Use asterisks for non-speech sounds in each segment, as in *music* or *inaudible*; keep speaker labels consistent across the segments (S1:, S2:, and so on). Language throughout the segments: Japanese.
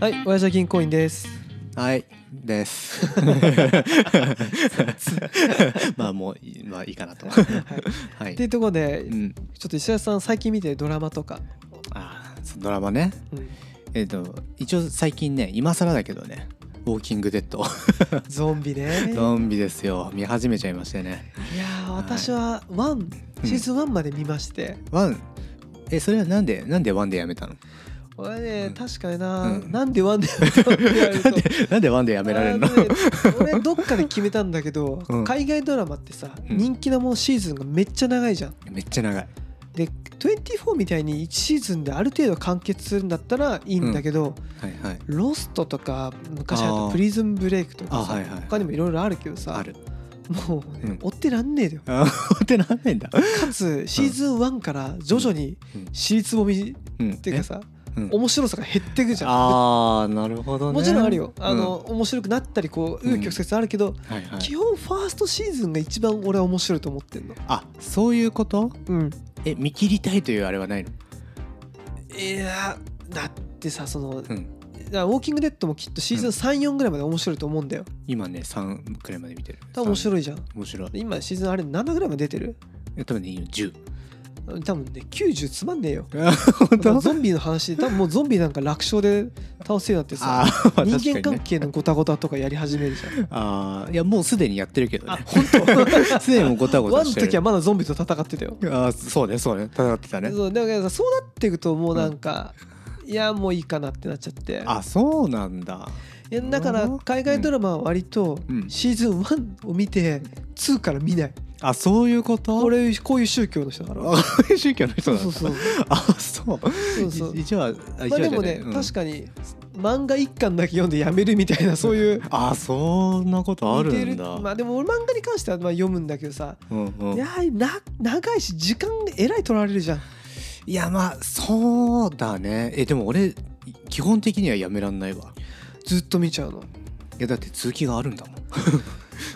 S1: はい、親父銀行員です。
S2: はいです。
S1: *laughs*
S2: まあもういいまあいいかなと。 *laughs* はい。
S1: っていうところで、
S2: う
S1: ちょ
S2: ん。
S1: っと石田さん最近見てるドラマとか、
S2: ああ、そうドラマね。
S1: うん
S2: えっ、と一応最近ね、今更だけどね、ウォーキングデッド、
S1: ゾンビね。いや
S2: ゾンビですよ。見始めちゃいましてね。
S1: ー、私はワン、シーズンワンまで見まして、
S2: ワン。えそれはなんでなんでワンでやめたの？ *laughs*
S1: 俺ね
S2: うん
S1: 確かにな、
S2: うん
S1: なんでワンでやったって言われると
S2: なんでなんでワンでやめられるの
S1: あ？のね俺どっかで決めたんだけど、
S2: うん
S1: 海外ドラマってさ、
S2: うん
S1: 人気なものシーズンがめっちゃ長いじゃん。
S2: めっちゃ長い。
S1: で24みたいに1シーズンである程度完結するんだったらいいんだけど、
S2: はいはい。
S1: ロストとか昔あ
S2: あ
S1: と
S2: ー
S1: プリズンブレイクとかさ、
S2: あはいはい
S1: 他にもいろいろあるけどさ
S2: ある。
S1: もうね、
S2: うん
S1: 追ってらんねえよ
S2: あーってなんねんだ。
S1: かつシーズン1から徐々に
S2: うん
S1: 尻つぼみ
S2: うん。
S1: っていうかさ、
S2: え、うん、
S1: 面白さが減ってくじゃん。
S2: ああなるほどね。
S1: もちろんあるよ、あの面白くなったりこう紆余曲折あるけど、
S2: うん。はいはい。
S1: 基本ファーストシーズンが一番俺は面白いと思ってんの。
S2: あそういうこと
S1: うん、
S2: え見切りたいというあれはないの、
S1: いやーだってさその、だか
S2: ん、
S1: らウォーキングデッドもきっとシーズン34ぐらいまで面白いと思うんだよ。
S2: 今ね3くらいまで見てる
S1: 多分面
S2: い
S1: 白いじゃん。
S2: 面白い
S1: で今シーズンあれ7ぐらいまで出てる
S2: え多分ねいいよ10
S1: 多分ね90つまんねえよ。
S2: 本
S1: だからゾンビの話で多分もうゾンビなんか楽勝で倒せるようになってさ *laughs*
S2: あ、まあ、
S1: 人間
S2: 確かに
S1: 関
S2: ね
S1: 係のゴタゴタとかやり始めるじゃん。
S2: あーいやもうすでにやってるけど
S1: あ
S2: ね
S1: 本当
S2: すでにもうごたご
S1: ワ
S2: た
S1: ンの
S2: して
S1: 時は
S2: る
S1: まだゾンビと戦ってたよ。
S2: あーそうねそうね戦ってたね
S1: そうだからさそうなっていくともうなんか、いやもういいかなってなっちゃって
S2: あそうなんだ
S1: いやだから海外ドラマは割と
S2: うん
S1: シーズン1を見て2から見ない
S2: あそういうこと
S1: これこういう宗教の人だから
S2: あ宗教の人
S1: そうそ
S2: なんだ
S1: うそう
S2: あそう
S1: そうそう
S2: い一話あ一
S1: まあ
S2: 話じ
S1: で
S2: ゃない
S1: もね、
S2: うん
S1: 確かに漫画一巻だけ読んでやめるみたいなそういう
S2: あそんなことある
S1: 似て
S2: ん
S1: る
S2: だ
S1: まあでも俺漫画に関してはまあ読むんだけどさ
S2: うんうん
S1: いやな長いし時間えらい取られるじゃん
S2: いやまあそうだねえでも俺基本的にはやめらんないわ
S1: ずっと見ちゃうの
S2: いやだって続きがあるんだもん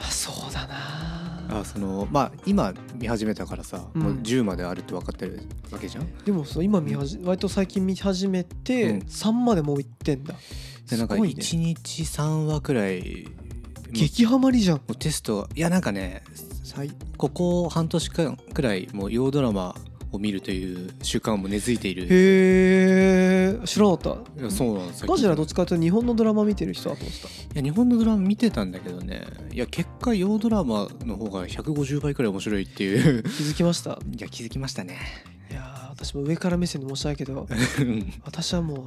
S1: あそうだな
S2: あそのまあ今見始めたからさ、
S1: うん
S2: もう10まであるって分かってるわけじゃん
S1: でもそう今見始め割と最近見始めて
S2: うん
S1: 3までもう行ってんだ
S2: ですなんか
S1: ごいね
S2: 1日3話くらい
S1: 激ハマりじゃん
S2: もうテストいやなんかね最ここ半年間くらいもう洋ドラマを見るという習慣も根付いている
S1: へえ知らなかっ
S2: いやそうなんです
S1: た
S2: よ
S1: ガジラどっちかというと日本のドラマ見てる人だと思ってた
S2: いや日本のドラマ見てたんだけどねいや結果洋ドラマの方が150倍くらい面白いっていう
S1: 気づきました
S2: *laughs* いや気づきましたね
S1: いやー私も上から目線で申し訳ないけど
S2: *laughs* うん
S1: 私はもう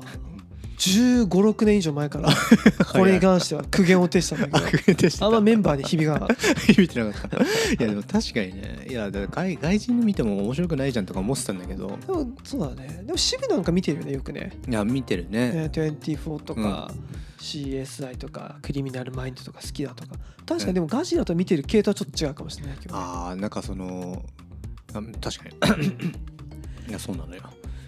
S1: 1 5 6年以上前からこれに関しては苦言を呈したんだけど
S2: *laughs* でした
S1: あんまメンバーに響
S2: *laughs*
S1: かなかった
S2: 見てなかったい *laughs* やでも確かにねいやだから外外人の見ても面白くないじゃんとか思ってたんだけど
S1: でもそうだねでも支部なんか見てるよねよくね
S2: いや見てるね
S1: ね24とか、CSI とかクリミナルマインドとか好きだとか確かにでもガジラと見てる系とはちょっと違うかもしれないけどね、
S2: あーなんかそのあ確かに *laughs* いやそうなのよ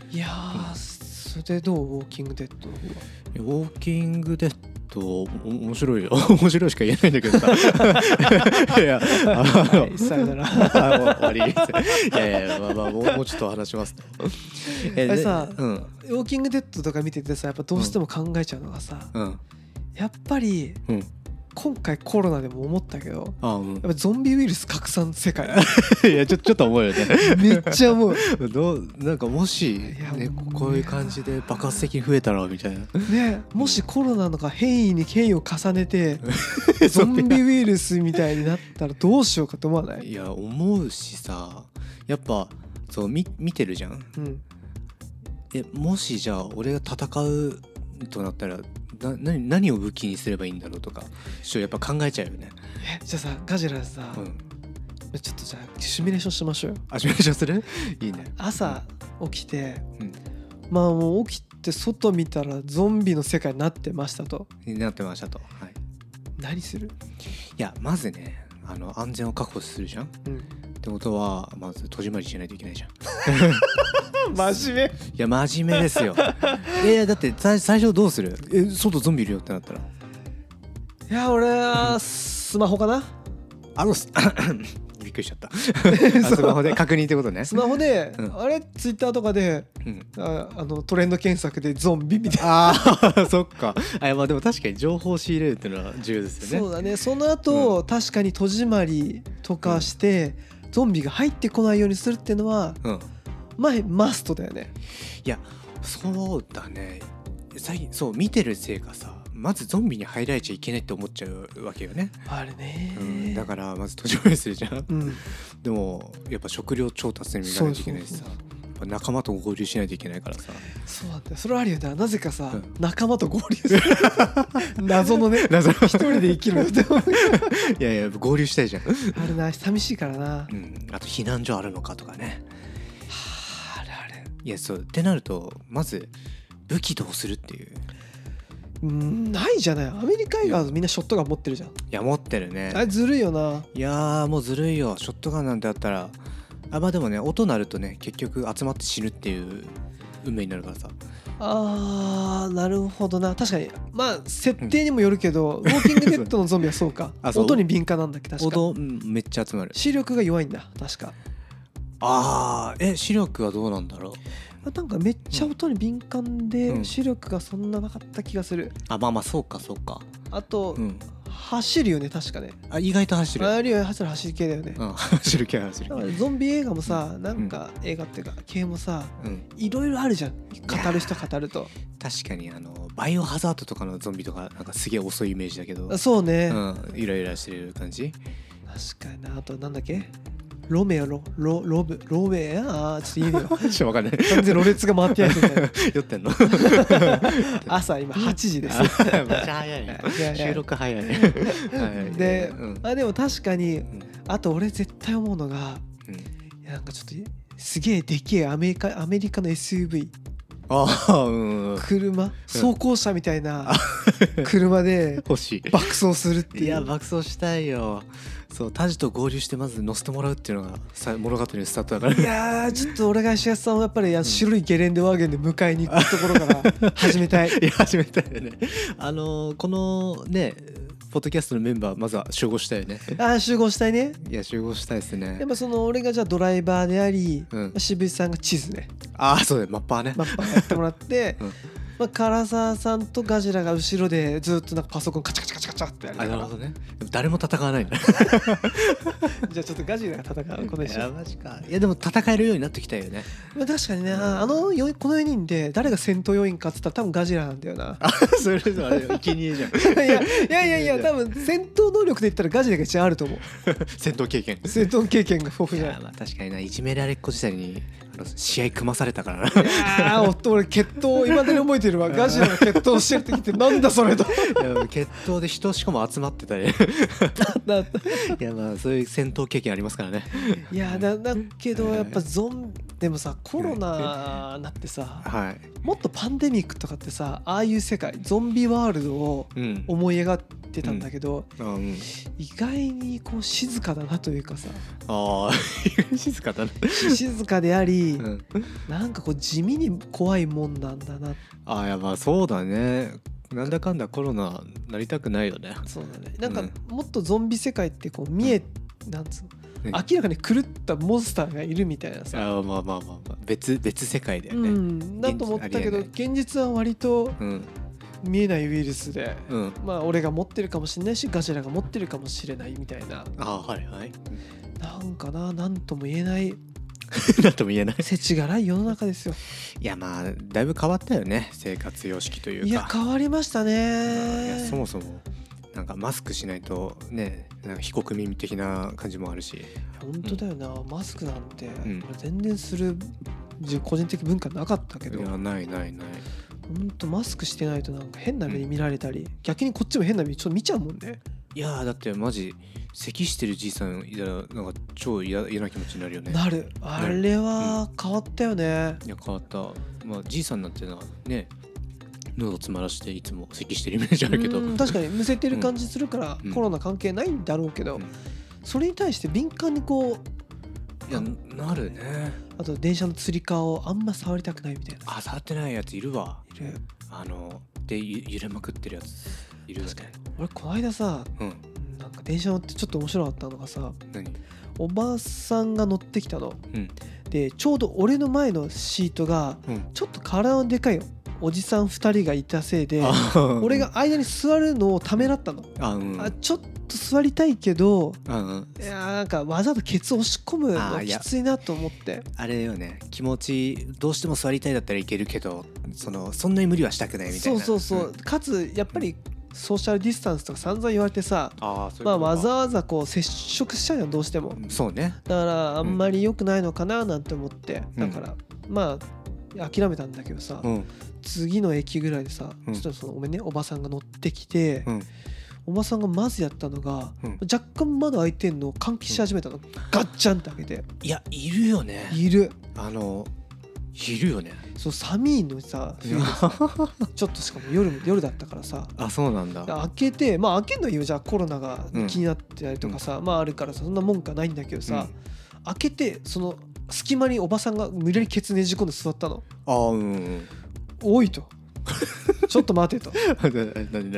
S1: いやーそれでどうウォーキングデッドの方は
S2: ウォーキングデッドお面白いよ *laughs* 面白いしか言えないんだけどさ *laughs* いやあの
S1: はいさよなら
S2: *laughs* あ終わりいやいやまあまあもうもうちょっと話しますとえ
S1: あれさ
S2: でうん
S1: ウォーキングデッドとか見ててさやっぱどうしても考えちゃうのがさ、
S2: うん
S1: やっぱり
S2: うん
S1: 今回コロナでも思ったけど
S2: あ
S1: *laughs*
S2: うん
S1: やっぱゾンビウイルス拡散世界
S2: いやちょちょっと思うよね
S1: めっちゃ思う
S2: *laughs* どうなんかもし、
S1: や
S2: ね、
S1: もう
S2: こういう感じで爆発的に増えたらみたいな
S1: ねもしコロナのが変異に変異を重ねてゾンビウイルスみたいになったらどうしようかと思わない、
S2: いや思うしさやっぱそう見見てるじゃん
S1: うん、
S2: えもしじゃあ俺が戦うとなったらな何何を武器にすればいいんだろうとかちょっとやっぱ考えちゃうよね、
S1: えじゃあさガジラさ、
S2: うん、
S1: ちょっとじゃあシミュレーションしましょうよ
S2: あシミュレーションする *laughs* いいね
S1: 朝起きて、
S2: うん
S1: まあもう起きて外見たらゾンビの世界になってましたと
S2: になってましたと、はい、い
S1: 何する、
S2: やまずねあの安全を確保するじゃんっ
S1: うん、
S2: てことはまず戸締まりしないといけないじゃん
S1: 真面目
S2: いや真面目で
S1: *laughs*
S2: すよいやいやだって最最初どうするえ外ゾンビいるよってなったら
S1: いや俺はスマホかな
S2: あのす *coughs* びっくりびっくりしちゃった
S1: *laughs*
S2: あスマホで確認ってことね
S1: スマホで、
S2: うん
S1: あれツイッターとかで
S2: うん *laughs*
S1: ああのトレンド検索でゾンビみたいな
S2: ああそっかあまあでも確かに情報を仕入れるっていうのは重要ですよ
S1: そう
S2: ね
S1: だねその後、確かに戸締まりとかして、ゾンビが入ってこないようにするっていうのは
S2: うん
S1: 前マストだよね
S2: そうだね最近そう見てるせいかさまずゾンビに入られちゃいけないって思っちゃうわけよね、
S1: あれね、
S2: うん、だからまず閉じ込めするじゃん
S1: うん
S2: でもやっぱ食料調達にもいかないといけないしさ
S1: そうそう
S2: やっぱ仲間と合流しないといけないからさ
S1: そうなんだよそれはあるよななぜかさ、
S2: うん
S1: 仲間と合流する謎のね
S2: *laughs* 謎の
S1: 一人で生きるみたいない
S2: *laughs* やいや合流したいじゃん、う
S1: あれな寂しいからな、
S2: ん、あと避難所あるのかとかね
S1: あれあれ
S2: いやそうってなるとまず武器どうするっていう
S1: うんないじゃないアメリカ以外はみんなショットガン持ってるじゃん
S2: いや持ってるね
S1: あれずるいよない
S2: やーもうずるいよショットガンなんてあったらあまあでもね音鳴るとね結局集まって死ぬっていう運命になるからさ
S1: あーなるほどな確かにまあ設定にもよるけ
S2: *laughs*
S1: ど、ウォーキングデッドのゾンビはそうか
S2: あそう
S1: 音に敏感なんだっけ確か
S2: 音うんめっちゃ集まる
S1: 視力が弱いんだ確か
S2: あーえ視力はどうなんだろう
S1: あなんかめっちゃ音に敏感で、
S2: うん
S1: 視力がそんななかった気がする
S2: あまあまあそうかそうか
S1: あと、
S2: うん
S1: 走るよね確かね
S2: あ意外と走る
S1: あるよ走る走る系だよね、
S2: うん *laughs* 走る気は走る
S1: だからゾンビ映画もさなんか映画っていうか系もさ
S2: うん
S1: いろいろあるじゃん語る人語ると
S2: 確かにあのバイオハザードとかのゾンビとかなんかすげえ遅いイメージだけど
S1: あそうね、
S2: うんイライラしてる感じ
S1: 確かになあとなんだっけロメロロロブロメあーちょっといいよ
S2: *laughs* ちょっとわかんない
S1: 完全にろれつが回ってないみたい
S2: *laughs*
S1: な
S2: 酔ってん
S1: *laughs*
S2: の
S1: 朝今8時です
S2: *laughs* あめっちゃ早いね
S1: いやいや
S2: 収録早いはい
S1: *laughs* で、
S2: うん
S1: あでも確かに
S2: うん
S1: あと俺絶対思うのが
S2: うん
S1: いやなんかちょっとすげえでけえアメリカアメリカの SUV
S2: ああうんうん
S1: 車装甲車みたいな車
S2: *laughs*
S1: で
S2: 欲し
S1: 爆走するって
S2: いい
S1: い
S2: や
S1: う
S2: 爆走したいよそうタジと合流してまず乗せてもらうっていうのがさ物語のスタートだから
S1: いやーちょっと俺が石橋さんをやっぱりあの白いゲレンデワーゲンで迎えに行くところ
S2: *laughs*
S1: から始めたい
S2: いや始めたいよねあのーこのねポッドキャストのメンバーまずは集合したいよね
S1: あー集合したいね
S2: いや集合したいですね
S1: やっぱその俺がじゃあドライバーであり、
S2: うん
S1: 渋井さんが地図ね
S2: ああそうだよマッパーね
S1: マッ
S2: *laughs*
S1: パーやってもらって、
S2: うん
S1: まあ、唐沢さんとガジラが後ろでずっとなんかパソコンカチャカチャカチャカチャってやり
S2: あ
S1: な
S2: な
S1: が
S2: る
S1: ら
S2: ほどねでも誰も戦わないんだ
S1: じゃあちょっとガジラが戦うこの
S2: い
S1: 一緒
S2: やマジかいやでも戦えるようになってきたよね
S1: まあ確かにねあのよこの4人で誰が戦闘要員かっつったら多分ガジラなんだよな
S2: それぞれ生贄じゃん
S1: *laughs* いやいやいやいや多分戦闘能力で言ったらガジラが一番あると思う
S2: *laughs*
S1: *laughs*
S2: 戦闘経験
S1: 戦闘経験が豊富
S2: い
S1: じゃない
S2: やまあ確かにないじめられっ子時代にあの試合組まされたから *laughs* ない
S1: ああ俺決闘いまだに覚えてるわガジラが決闘してるって聞いてなんだそれと
S2: や決闘で人しかも集まってたり *laughs* い
S1: *laughs* なった
S2: やまあそういう戦闘経験ありますからね
S1: いやだだけどやっぱゾンでもさコロナなってさ
S2: はい
S1: もっとパンデミックとかってさああいう世界ゾンビワールドを
S2: うん
S1: 思い描ってたんだけど、
S2: あうん
S1: 意外にこう静かだなというかさ
S2: あー *laughs* 静かだね
S1: し静かであり、
S2: うん
S1: なんかこう地味に怖いもんなんだな
S2: あーいやまあそうだねなんだかんだコロナなりたくないよね
S1: そうだねなんか
S2: うん
S1: もっとゾンビ世界ってこう見え、なんつうの
S2: ね
S1: 明らかに狂ったモンスターがいるみたいな
S2: *laughs* あ
S1: さ、
S2: ーまあまあまあまあ別別世界だよ
S1: う
S2: ね
S1: ん、だと思ったけど
S2: 現
S1: 現実は割と
S2: うん
S1: 見えないウイルスで、
S2: うん
S1: まあ俺が持ってるかもしれないしガジラが持ってるかもしれないみたいな
S2: ああはいはい *laughs*
S1: なんかな何とも言えない
S2: なんとも言えない
S1: 世知辛い世の中ですよ
S2: いやまあだいぶ変わったよね生活様式というか
S1: いや変わりました
S2: いや
S1: ね
S2: そもそもなんかマスクしないとねなんか非国民的な感じもあるし
S1: 本当だよな、マスクなんて、
S2: ん
S1: 俺全然する自個人的文化なかったけ
S2: い
S1: ど
S2: やないないない
S1: 本当マスクしてないとなんか変な目に見られたり、逆にこっちも変な目ちょっと見ちゃうもんね
S2: いやーだってマジ咳してるじいさんいたらなんか超嫌嫌な気持ちになるよね
S1: なるあれは変わったよね、
S2: いや変わったまあじいさんなんてなね喉詰まらしていつも咳してるイメージあるけど
S1: うん確かにむせてる感じするから、
S2: うん
S1: コロナ関係ないんだろうけど、
S2: うん
S1: それに対して敏感にこう
S2: いやなるね
S1: あと電車のつり革をあんま触りたくないみたいな
S2: あ触ってないやついるわ
S1: いる
S2: あのでゆ揺れまくってるやついるよね
S1: 確かに俺この間さ
S2: うん
S1: なんか電車乗ってちょっと面白かったのがさ
S2: 何
S1: おばさんが乗ってきたの、
S2: うん
S1: でちょうど俺の前のシートが
S2: うん
S1: ちょっと体のでかいおじさん2人がいたせいで
S2: あ
S1: 俺が間に座るのをためらったの、
S2: あうん
S1: あちょっと座りたいけど
S2: あうん
S1: いやーなんかわざとケツ押し込む
S2: あ
S1: の
S2: ーい
S1: き
S2: や
S1: ついなと思って
S2: あれよね気持ちどうしても座りたいだったらいけるけどそのそんなに無理はしたくないみたい
S1: そ
S2: な
S1: うそうそう、かつやっぱりソーシャルディスタンスとか散々言われてさ
S2: ああそういうことか
S1: まあわざわざこう接触しちゃうじゃんどうしても
S2: そうね
S1: だからあんまり良くないのかななんて思って、
S2: うん
S1: だからまあ諦めたんだけどさ、
S2: うん
S1: 次の駅ぐらいでさ、
S2: うん
S1: ちょっとそのごめんねおばさんが乗ってきて、
S2: うん
S1: おばさんがまずやったのが、
S2: うん
S1: 若干窓開いてんのを換気し始めたの、ガッチャンって開けて
S2: いやいるよね
S1: いる
S2: あのいるよね
S1: そう寒いのさ冬でさちょっとしかも夜夜だったからさ
S2: *laughs* あそうなんだ
S1: 開けてまあ開けんのよじゃあコロナが気になってたりとかさ、まああるからさそんな文句はないんだけどさ、開けてその隙間におばさんが無理やりケツねじ込んで座ったの
S2: あーうんうん
S1: 「おい」
S2: *laughs*
S1: と「ちょっと待て」と「コ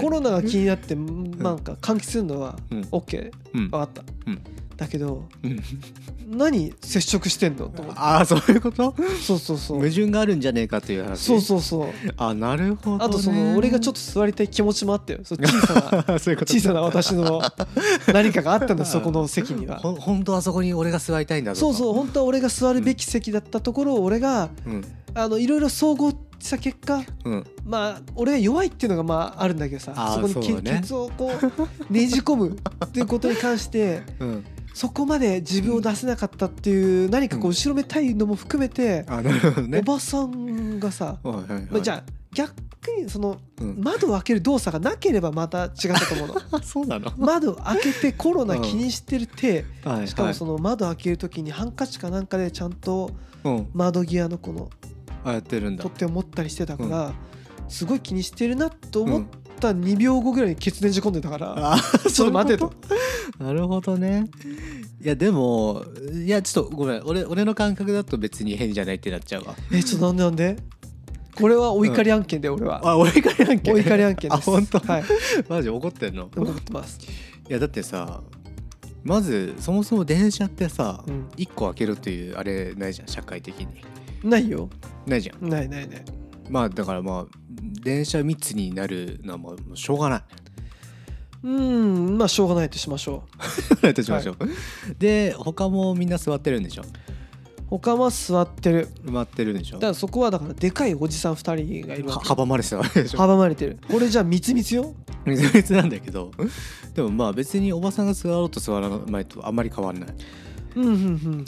S2: コ
S1: ロナが気になってなんか換気するのは
S2: うん
S1: OK
S2: うん
S1: 分かった
S2: うん」
S1: だけど
S2: うん
S1: 何接触してんのと思って
S2: ああそういうこと
S1: そうそうそ
S2: 矛
S1: う
S2: 盾があるんじゃねえかという話
S1: そうそうそう
S2: あなるほど、ね、
S1: あとその俺がちょっと座りたい気持ちもあったよその小さな
S2: そう *laughs* いうこと
S1: 小さな私
S2: *laughs*
S1: の何かがあったんだそこの席には
S2: ほん本当はそこに俺が座りたいんだとか
S1: そうそう本当は俺が座るべき席だったところを俺が
S2: うん
S1: あのいろいろ総合した結果
S2: うん
S1: まあ俺が弱いっていうのがまああるんだけどさ
S2: あー
S1: そこにけ
S2: そうね
S1: ケツをこうねじ込むっていうことに関して
S2: うん
S1: そこまで自分を出せなかったっていう何かこう
S2: う
S1: ん後ろめたいのも含めて
S2: あなるほどね
S1: おばさんがさ
S2: はいはいはい
S1: まあじゃあ逆にその
S2: うん
S1: 窓を開ける動作がなければまた違ったと思う
S2: *laughs*
S1: の。
S2: あそうなの
S1: 窓開けてコロナ気にしてる手
S2: はい
S1: しかもその窓開ける時にハンカチかなんかでちゃんと
S2: はいうん
S1: 窓際のこの
S2: あやってるんだ
S1: 取っ手を持ったりしてたからすごい気にしてるなと思った2秒後ぐらいにケツねじ込んでたから
S2: あ
S1: *laughs* ちょっと待てと
S2: なるほどねいやでもいやちょっとごめん俺俺の感覚だと別に変じゃないってなっちゃうわ
S1: えちょっとなんでなんでこれはお怒り案件で俺は
S2: あお怒り案件
S1: お怒り案件です
S2: あ本当
S1: はい
S2: *laughs* マジ怒ってんの
S1: 思ってます
S2: いやだってさまずそもそも電車ってさ、
S1: うん
S2: 一1個開けるというあれないじゃん社会的に
S1: ないよ
S2: ないじゃん
S1: ないないない
S2: まあだからまあ電車密になるのはもうしょう *laughs* がな
S1: うーんまあしょうがないとしましょう
S2: いやってしましょう、で他もみんな座ってるんでしょ
S1: 他は座ってる
S2: 埋まってるんでしょ
S1: だからそこはだからでかいおじさん2人がいるわ
S2: は
S1: け
S2: 阻まれてたわけでしょ
S1: 阻まれてるこれじゃあみつみつよ
S2: 別々なんだけどでもまあ別におばさんが座ろうと座らないとあんまり変わんない
S1: うんうん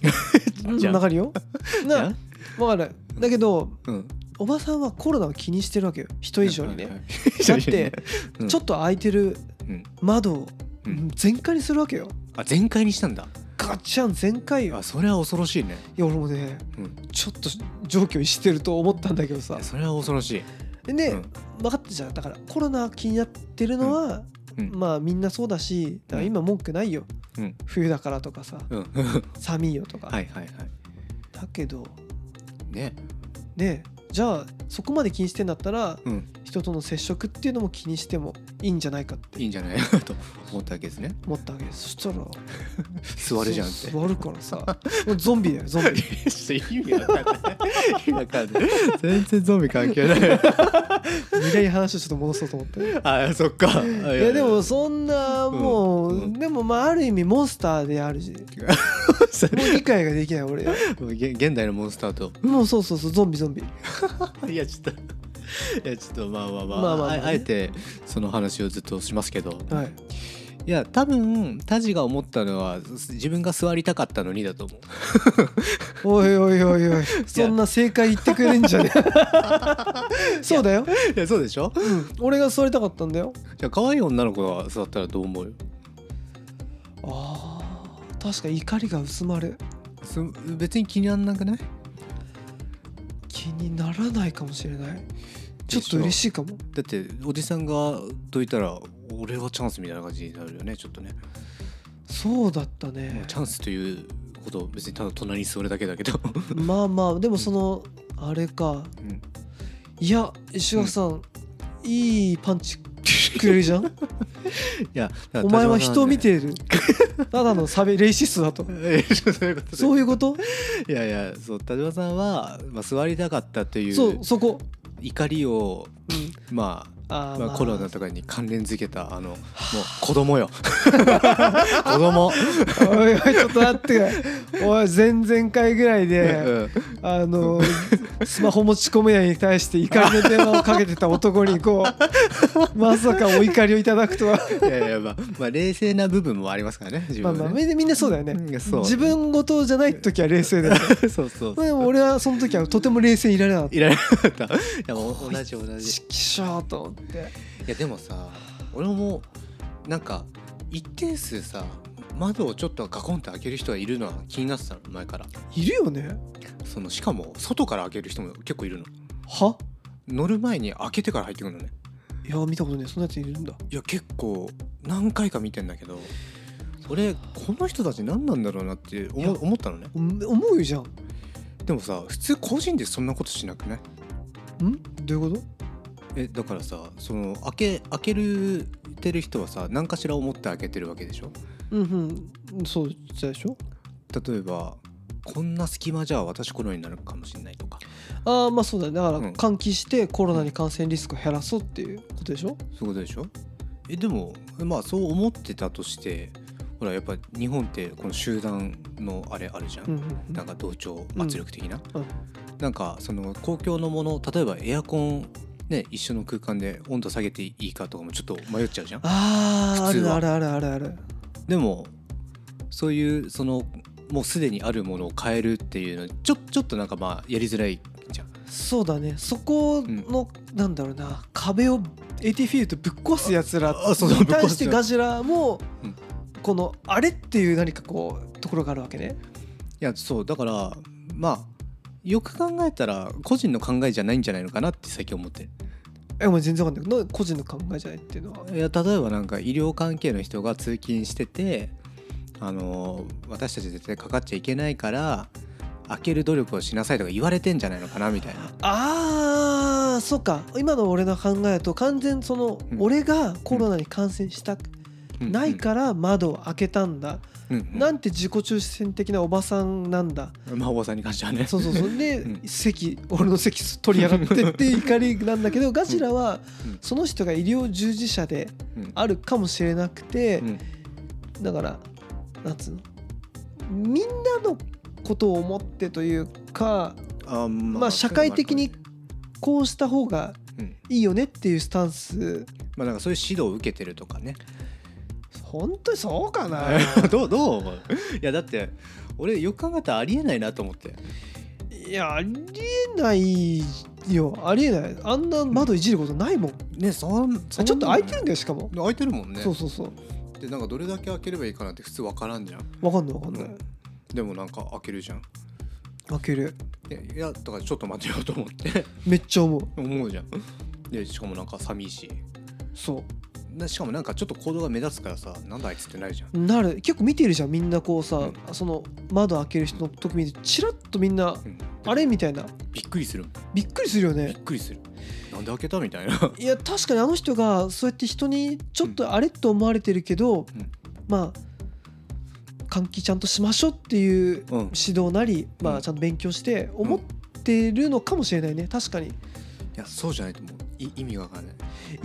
S1: うん
S2: じゃん
S1: わかるよ
S2: じ
S1: な
S2: ゃん
S1: わかるだけど
S2: うん
S1: おばさんはコロナを気にしてるわけよ人以上にね
S2: 人以上にね
S1: だちょっと開いてる
S2: うん
S1: 窓を
S2: うん
S1: 全開にするわけよ
S2: あ全開にしたんだ
S1: ガチャン全開よ
S2: あそれは恐ろしいね
S1: いや俺もね
S2: うん
S1: ちょっと状況してると思ったんだけどさ
S2: それは恐ろしい
S1: でね、
S2: うん
S1: 分かったじゃんだからコロナ気になってるのは、
S2: うん
S1: まあみんなそうだしだから今文句ないよ、
S2: うん
S1: 冬だからとかさ
S2: うん
S1: 寒いよとか、
S2: *laughs* はいはいはい
S1: だけど
S2: ね
S1: ねじゃあそこまで気にしてんだったら
S2: うん
S1: 人との接触っていうのも気にしてもいいんじゃないかって
S2: いいんじゃないかと思ったわけですね
S1: 思ったわけですそしたら
S2: 座るじゃんっ
S1: そ
S2: て
S1: う座るからさもうゾンビだよゾ
S2: *laughs*
S1: ンビ
S2: 意味わかんない意味わかんない全然ゾンビ関係ない
S1: 未来話をちょっと戻そうと思って
S2: *laughs* あそっかあ
S1: いやでもそんなもう、
S2: うんうん
S1: でもまあある意味モンスターであるしもう理解ができない
S2: *laughs*
S1: 俺
S2: 現現代のモンスターと
S1: もうそうそうそうゾンビゾンビ
S2: いやちょっといやちょっとまあまあまあ,、
S1: まあまあまあ
S2: ああえてその話をずっとしますけど、
S1: はい
S2: い、や多分タジが思ったのは自分が座りたかったのにだと思う
S1: おいおいおいおいそんな正解言ってくれんじゃね
S2: *laughs*
S1: えそうだよ、
S2: いやそうでしょ
S1: うん、俺が座りたかったんだよ
S2: じゃあ可愛い女の子が座ったらどう思うよ
S1: あー確かに怒りが薄まる
S2: す別に気にならなくない
S1: 気にならないかもしれないちょっと
S2: でしょ
S1: 嬉しいかも
S2: だっておじさんがどいたら俺はチャンスみたいな感じになるよねちょっとね、
S1: そうだったね
S2: チャンスということを別にただ隣に座るだけだけど
S1: まあまあでもそのあれか
S2: *laughs* うん
S1: いや石垣さん、いいパンチくれる
S2: *laughs*
S1: じゃん
S2: や
S1: お前は人を見てい
S2: *laughs*
S1: るただのサベレイシストだと
S2: えそういうこと
S1: そういうこと
S2: いやいやそう田島さんは、まあ、座りたかったとい
S1: そううそこ、
S2: 怒りを、
S1: うん
S2: ま
S1: あ
S2: あ
S1: ー
S2: まあ、
S1: まあ
S2: コロナとかに関連づけたあのもう子供
S1: *laughs*
S2: よ子供
S1: おいおいちょっと待っておい前々回ぐらいで
S2: うん
S1: あのスマホ持ち込めないに対して怒りの電話をかけてた男にこ
S2: *laughs*
S1: うまさかお怒りをいただくとはい
S2: やいやまあ、まあ、冷静な部分もありますからね自
S1: まあ
S2: 分
S1: ま
S2: は
S1: あ
S2: ね、
S1: みんなそうだよね
S2: うんそう
S1: 自分事じゃない時は冷静だよね
S2: *laughs* そうそう
S1: まあでも俺はその時はとても冷静にいられなかった
S2: いられなか *laughs* ったいやもう同じ同じ
S1: ちっきしょーと思って
S2: いやでもさ俺もなんか一定数さ窓をちょっとガコンって開ける人がいるのは気になってたの前から
S1: いるよね
S2: そのしかも外から開ける人も結構いるの
S1: は
S2: 乗る前に開けてから入ってくるのね
S1: いや見たことないそんなやついるんだ
S2: いや結構何回か見てんだけど俺この人たち何なんだろうなって
S1: いや
S2: 思思ったのね
S1: お思うよじゃん
S2: でもさ普通個人でそんなことしなくない
S1: んどういうこ
S2: えだからさその開け開けるてる人はさ何かしら思って開けてるわけでしょ
S1: とうんうんそうじゃでしょ
S2: 例えばこんな隙間じゃ私コロナになるかもしれないとか
S1: ああまあそうだねだから
S2: うん
S1: 換気してコロナに感染リスクを減らそうっていうことでしょ
S2: そういうことでしょえでもまあそう思ってたとしてほらやっぱ日本ってこの集団のあれあるじゃん、
S1: うんうんうん
S2: なんか同調圧力的な、
S1: うん
S2: なんかその公共のもの例えばエアコンね一緒の空間で温度下げていいかとかもちょっと迷っちゃうじゃん
S1: あああ
S2: 普通
S1: る
S2: は
S1: あるあるあるある
S2: でもそういうそのもうすでにあるものを変えるっていうのちょちょっとなんかまあやりづらいじゃん
S1: そうだねそこの、なんだろうな壁をエティフィールとぶっ壊すやつら
S2: あそうだぶ
S1: に
S2: っ壊
S1: 対
S2: す
S1: してガジラも、
S2: うん
S1: このあれっていう何かこうところがあるわけね
S2: いやそうだからまあよく考えたら個人の考えじゃないんじゃないのかなって最近思ってる
S1: えお前全然わかんないな個人の考えじゃないっていうのはい
S2: や例えばなんか医療関係の人が通勤しててあの私たち絶対かかっちゃいけないから開ける努力をしなさいとか言われてんじゃないのかなみたいな
S1: あーそうか今の俺の考えだと完全にその、
S2: うん
S1: 俺がコロナに感染したく
S2: うん
S1: ないから窓を開けたんだ、
S2: うんうん
S1: なんて自己中心的なおばさんなんだ、
S2: まあおばさんに関してはね
S1: そうそうそうで、
S2: うん
S1: 席俺の席取りやがってっていう怒りなんだけどガジラは
S2: うん
S1: その人が医療従事者で
S2: うん
S1: あるかもしれなくて、
S2: うん
S1: だからなんつうのみんなのことを思ってというか
S2: あま
S1: まあ社会的にこうした方が
S2: うん
S1: いいよねっていうスタンス
S2: まあなんかそういう指導を受けてるとかね
S1: 本当にそうかな
S2: *laughs* どうどう思ういやだって俺よく考えたらありえないなと思って
S1: いやありえないよありえないあんな窓いじることないもん
S2: ねそんそん
S1: ちょっと開いてるんだよしかも、
S2: 開いてるもんね
S1: そうそうそう
S2: でなんかどれだけ開ければいいかなって普通わからんじゃん
S1: わかんないわかんない、
S2: うんでもなんか開けるじゃん
S1: 開ける
S2: でいやだからちょっと待てようと思って *laughs*
S1: めっちゃ思う
S2: 思うじゃんでしかもなんか寂し
S1: そ
S2: いでしかもなんかちょっと行動が目立つからさなんだあいつってなるじゃん
S1: うなる結構見てるじゃんみんなこうさ、
S2: うん
S1: その窓開ける人の時見てチラッとみんな、
S2: うん
S1: あれみたいな
S2: びっくりするもん
S1: びっくりするよ
S2: び
S1: ね
S2: っくりするなんで開けたみたいな *laughs*
S1: いや確かにあの人がそうやって人にちょっとあれと思われてるけど、
S2: うん
S1: まあ換気ちゃんとしましょうっていう
S2: うん
S1: 指導なり、ま
S2: う
S1: あ
S2: ん
S1: ちゃんと勉強して思ってるのかもしれないね確かに
S2: いやそうじゃないともうい意味がわからない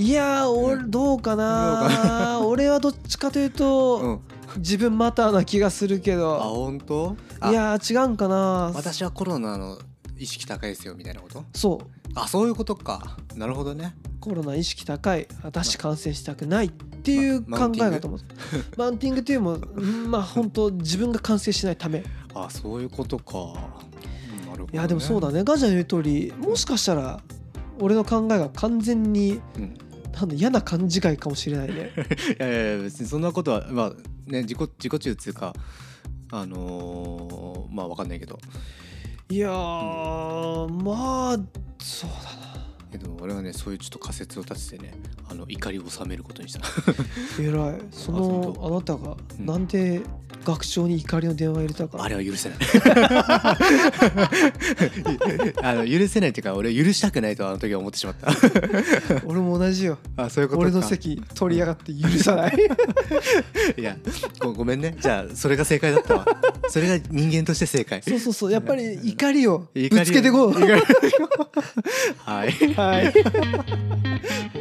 S1: いやー俺
S2: うん
S1: どうか
S2: どう
S1: な俺はどっちかというと、
S2: うん
S1: 自分マターな気がするけ
S2: あ
S1: ど
S2: 本当あ
S1: いやー違うんかな
S2: 私はコロナの意識高いですよみたいなこと
S1: そう
S2: あそういうことかなるほどね
S1: コロナ意識高い私感染したくないっていう
S2: ま
S1: 考えだと思う
S2: *laughs*
S1: マウンティングっていうのもうんまあ本当自分が感染しないためい
S2: あそういうことかうんなるほど、ね、
S1: やでもそうだねガジャの言う通りもしかしたら俺の考えが完全に
S2: うん
S1: なんだ嫌な勘違いかもしれない
S2: *laughs*
S1: ね
S2: いやいやいや別にそんなことはまあね自己自己中っていうかあのーまあわかんないけど
S1: いやーまあそう
S2: えでも俺はねそういうちょっと仮説を立ててね
S1: *laughs*
S2: あの怒りを収めることにした
S1: だな偉いそ
S2: あ
S1: の
S2: 本
S1: あなたが
S2: うん
S1: なんで学長に怒りの電話入れたから
S2: あれは許せない *laughs* あの許せないっていうか俺許したくないとあの時は思ってし
S1: *laughs*
S2: まった
S1: 俺も同じよ
S2: あそういうことか
S1: 俺の席取りやがって許さない
S2: いやごごめんねじゃあそれが正解だったわそれが人間として正
S1: *laughs*
S2: 解
S1: そうそうそうやっぱり怒りを
S2: 怒りを *laughs*
S1: ぶつけてこう
S2: 怒りをはい
S1: はい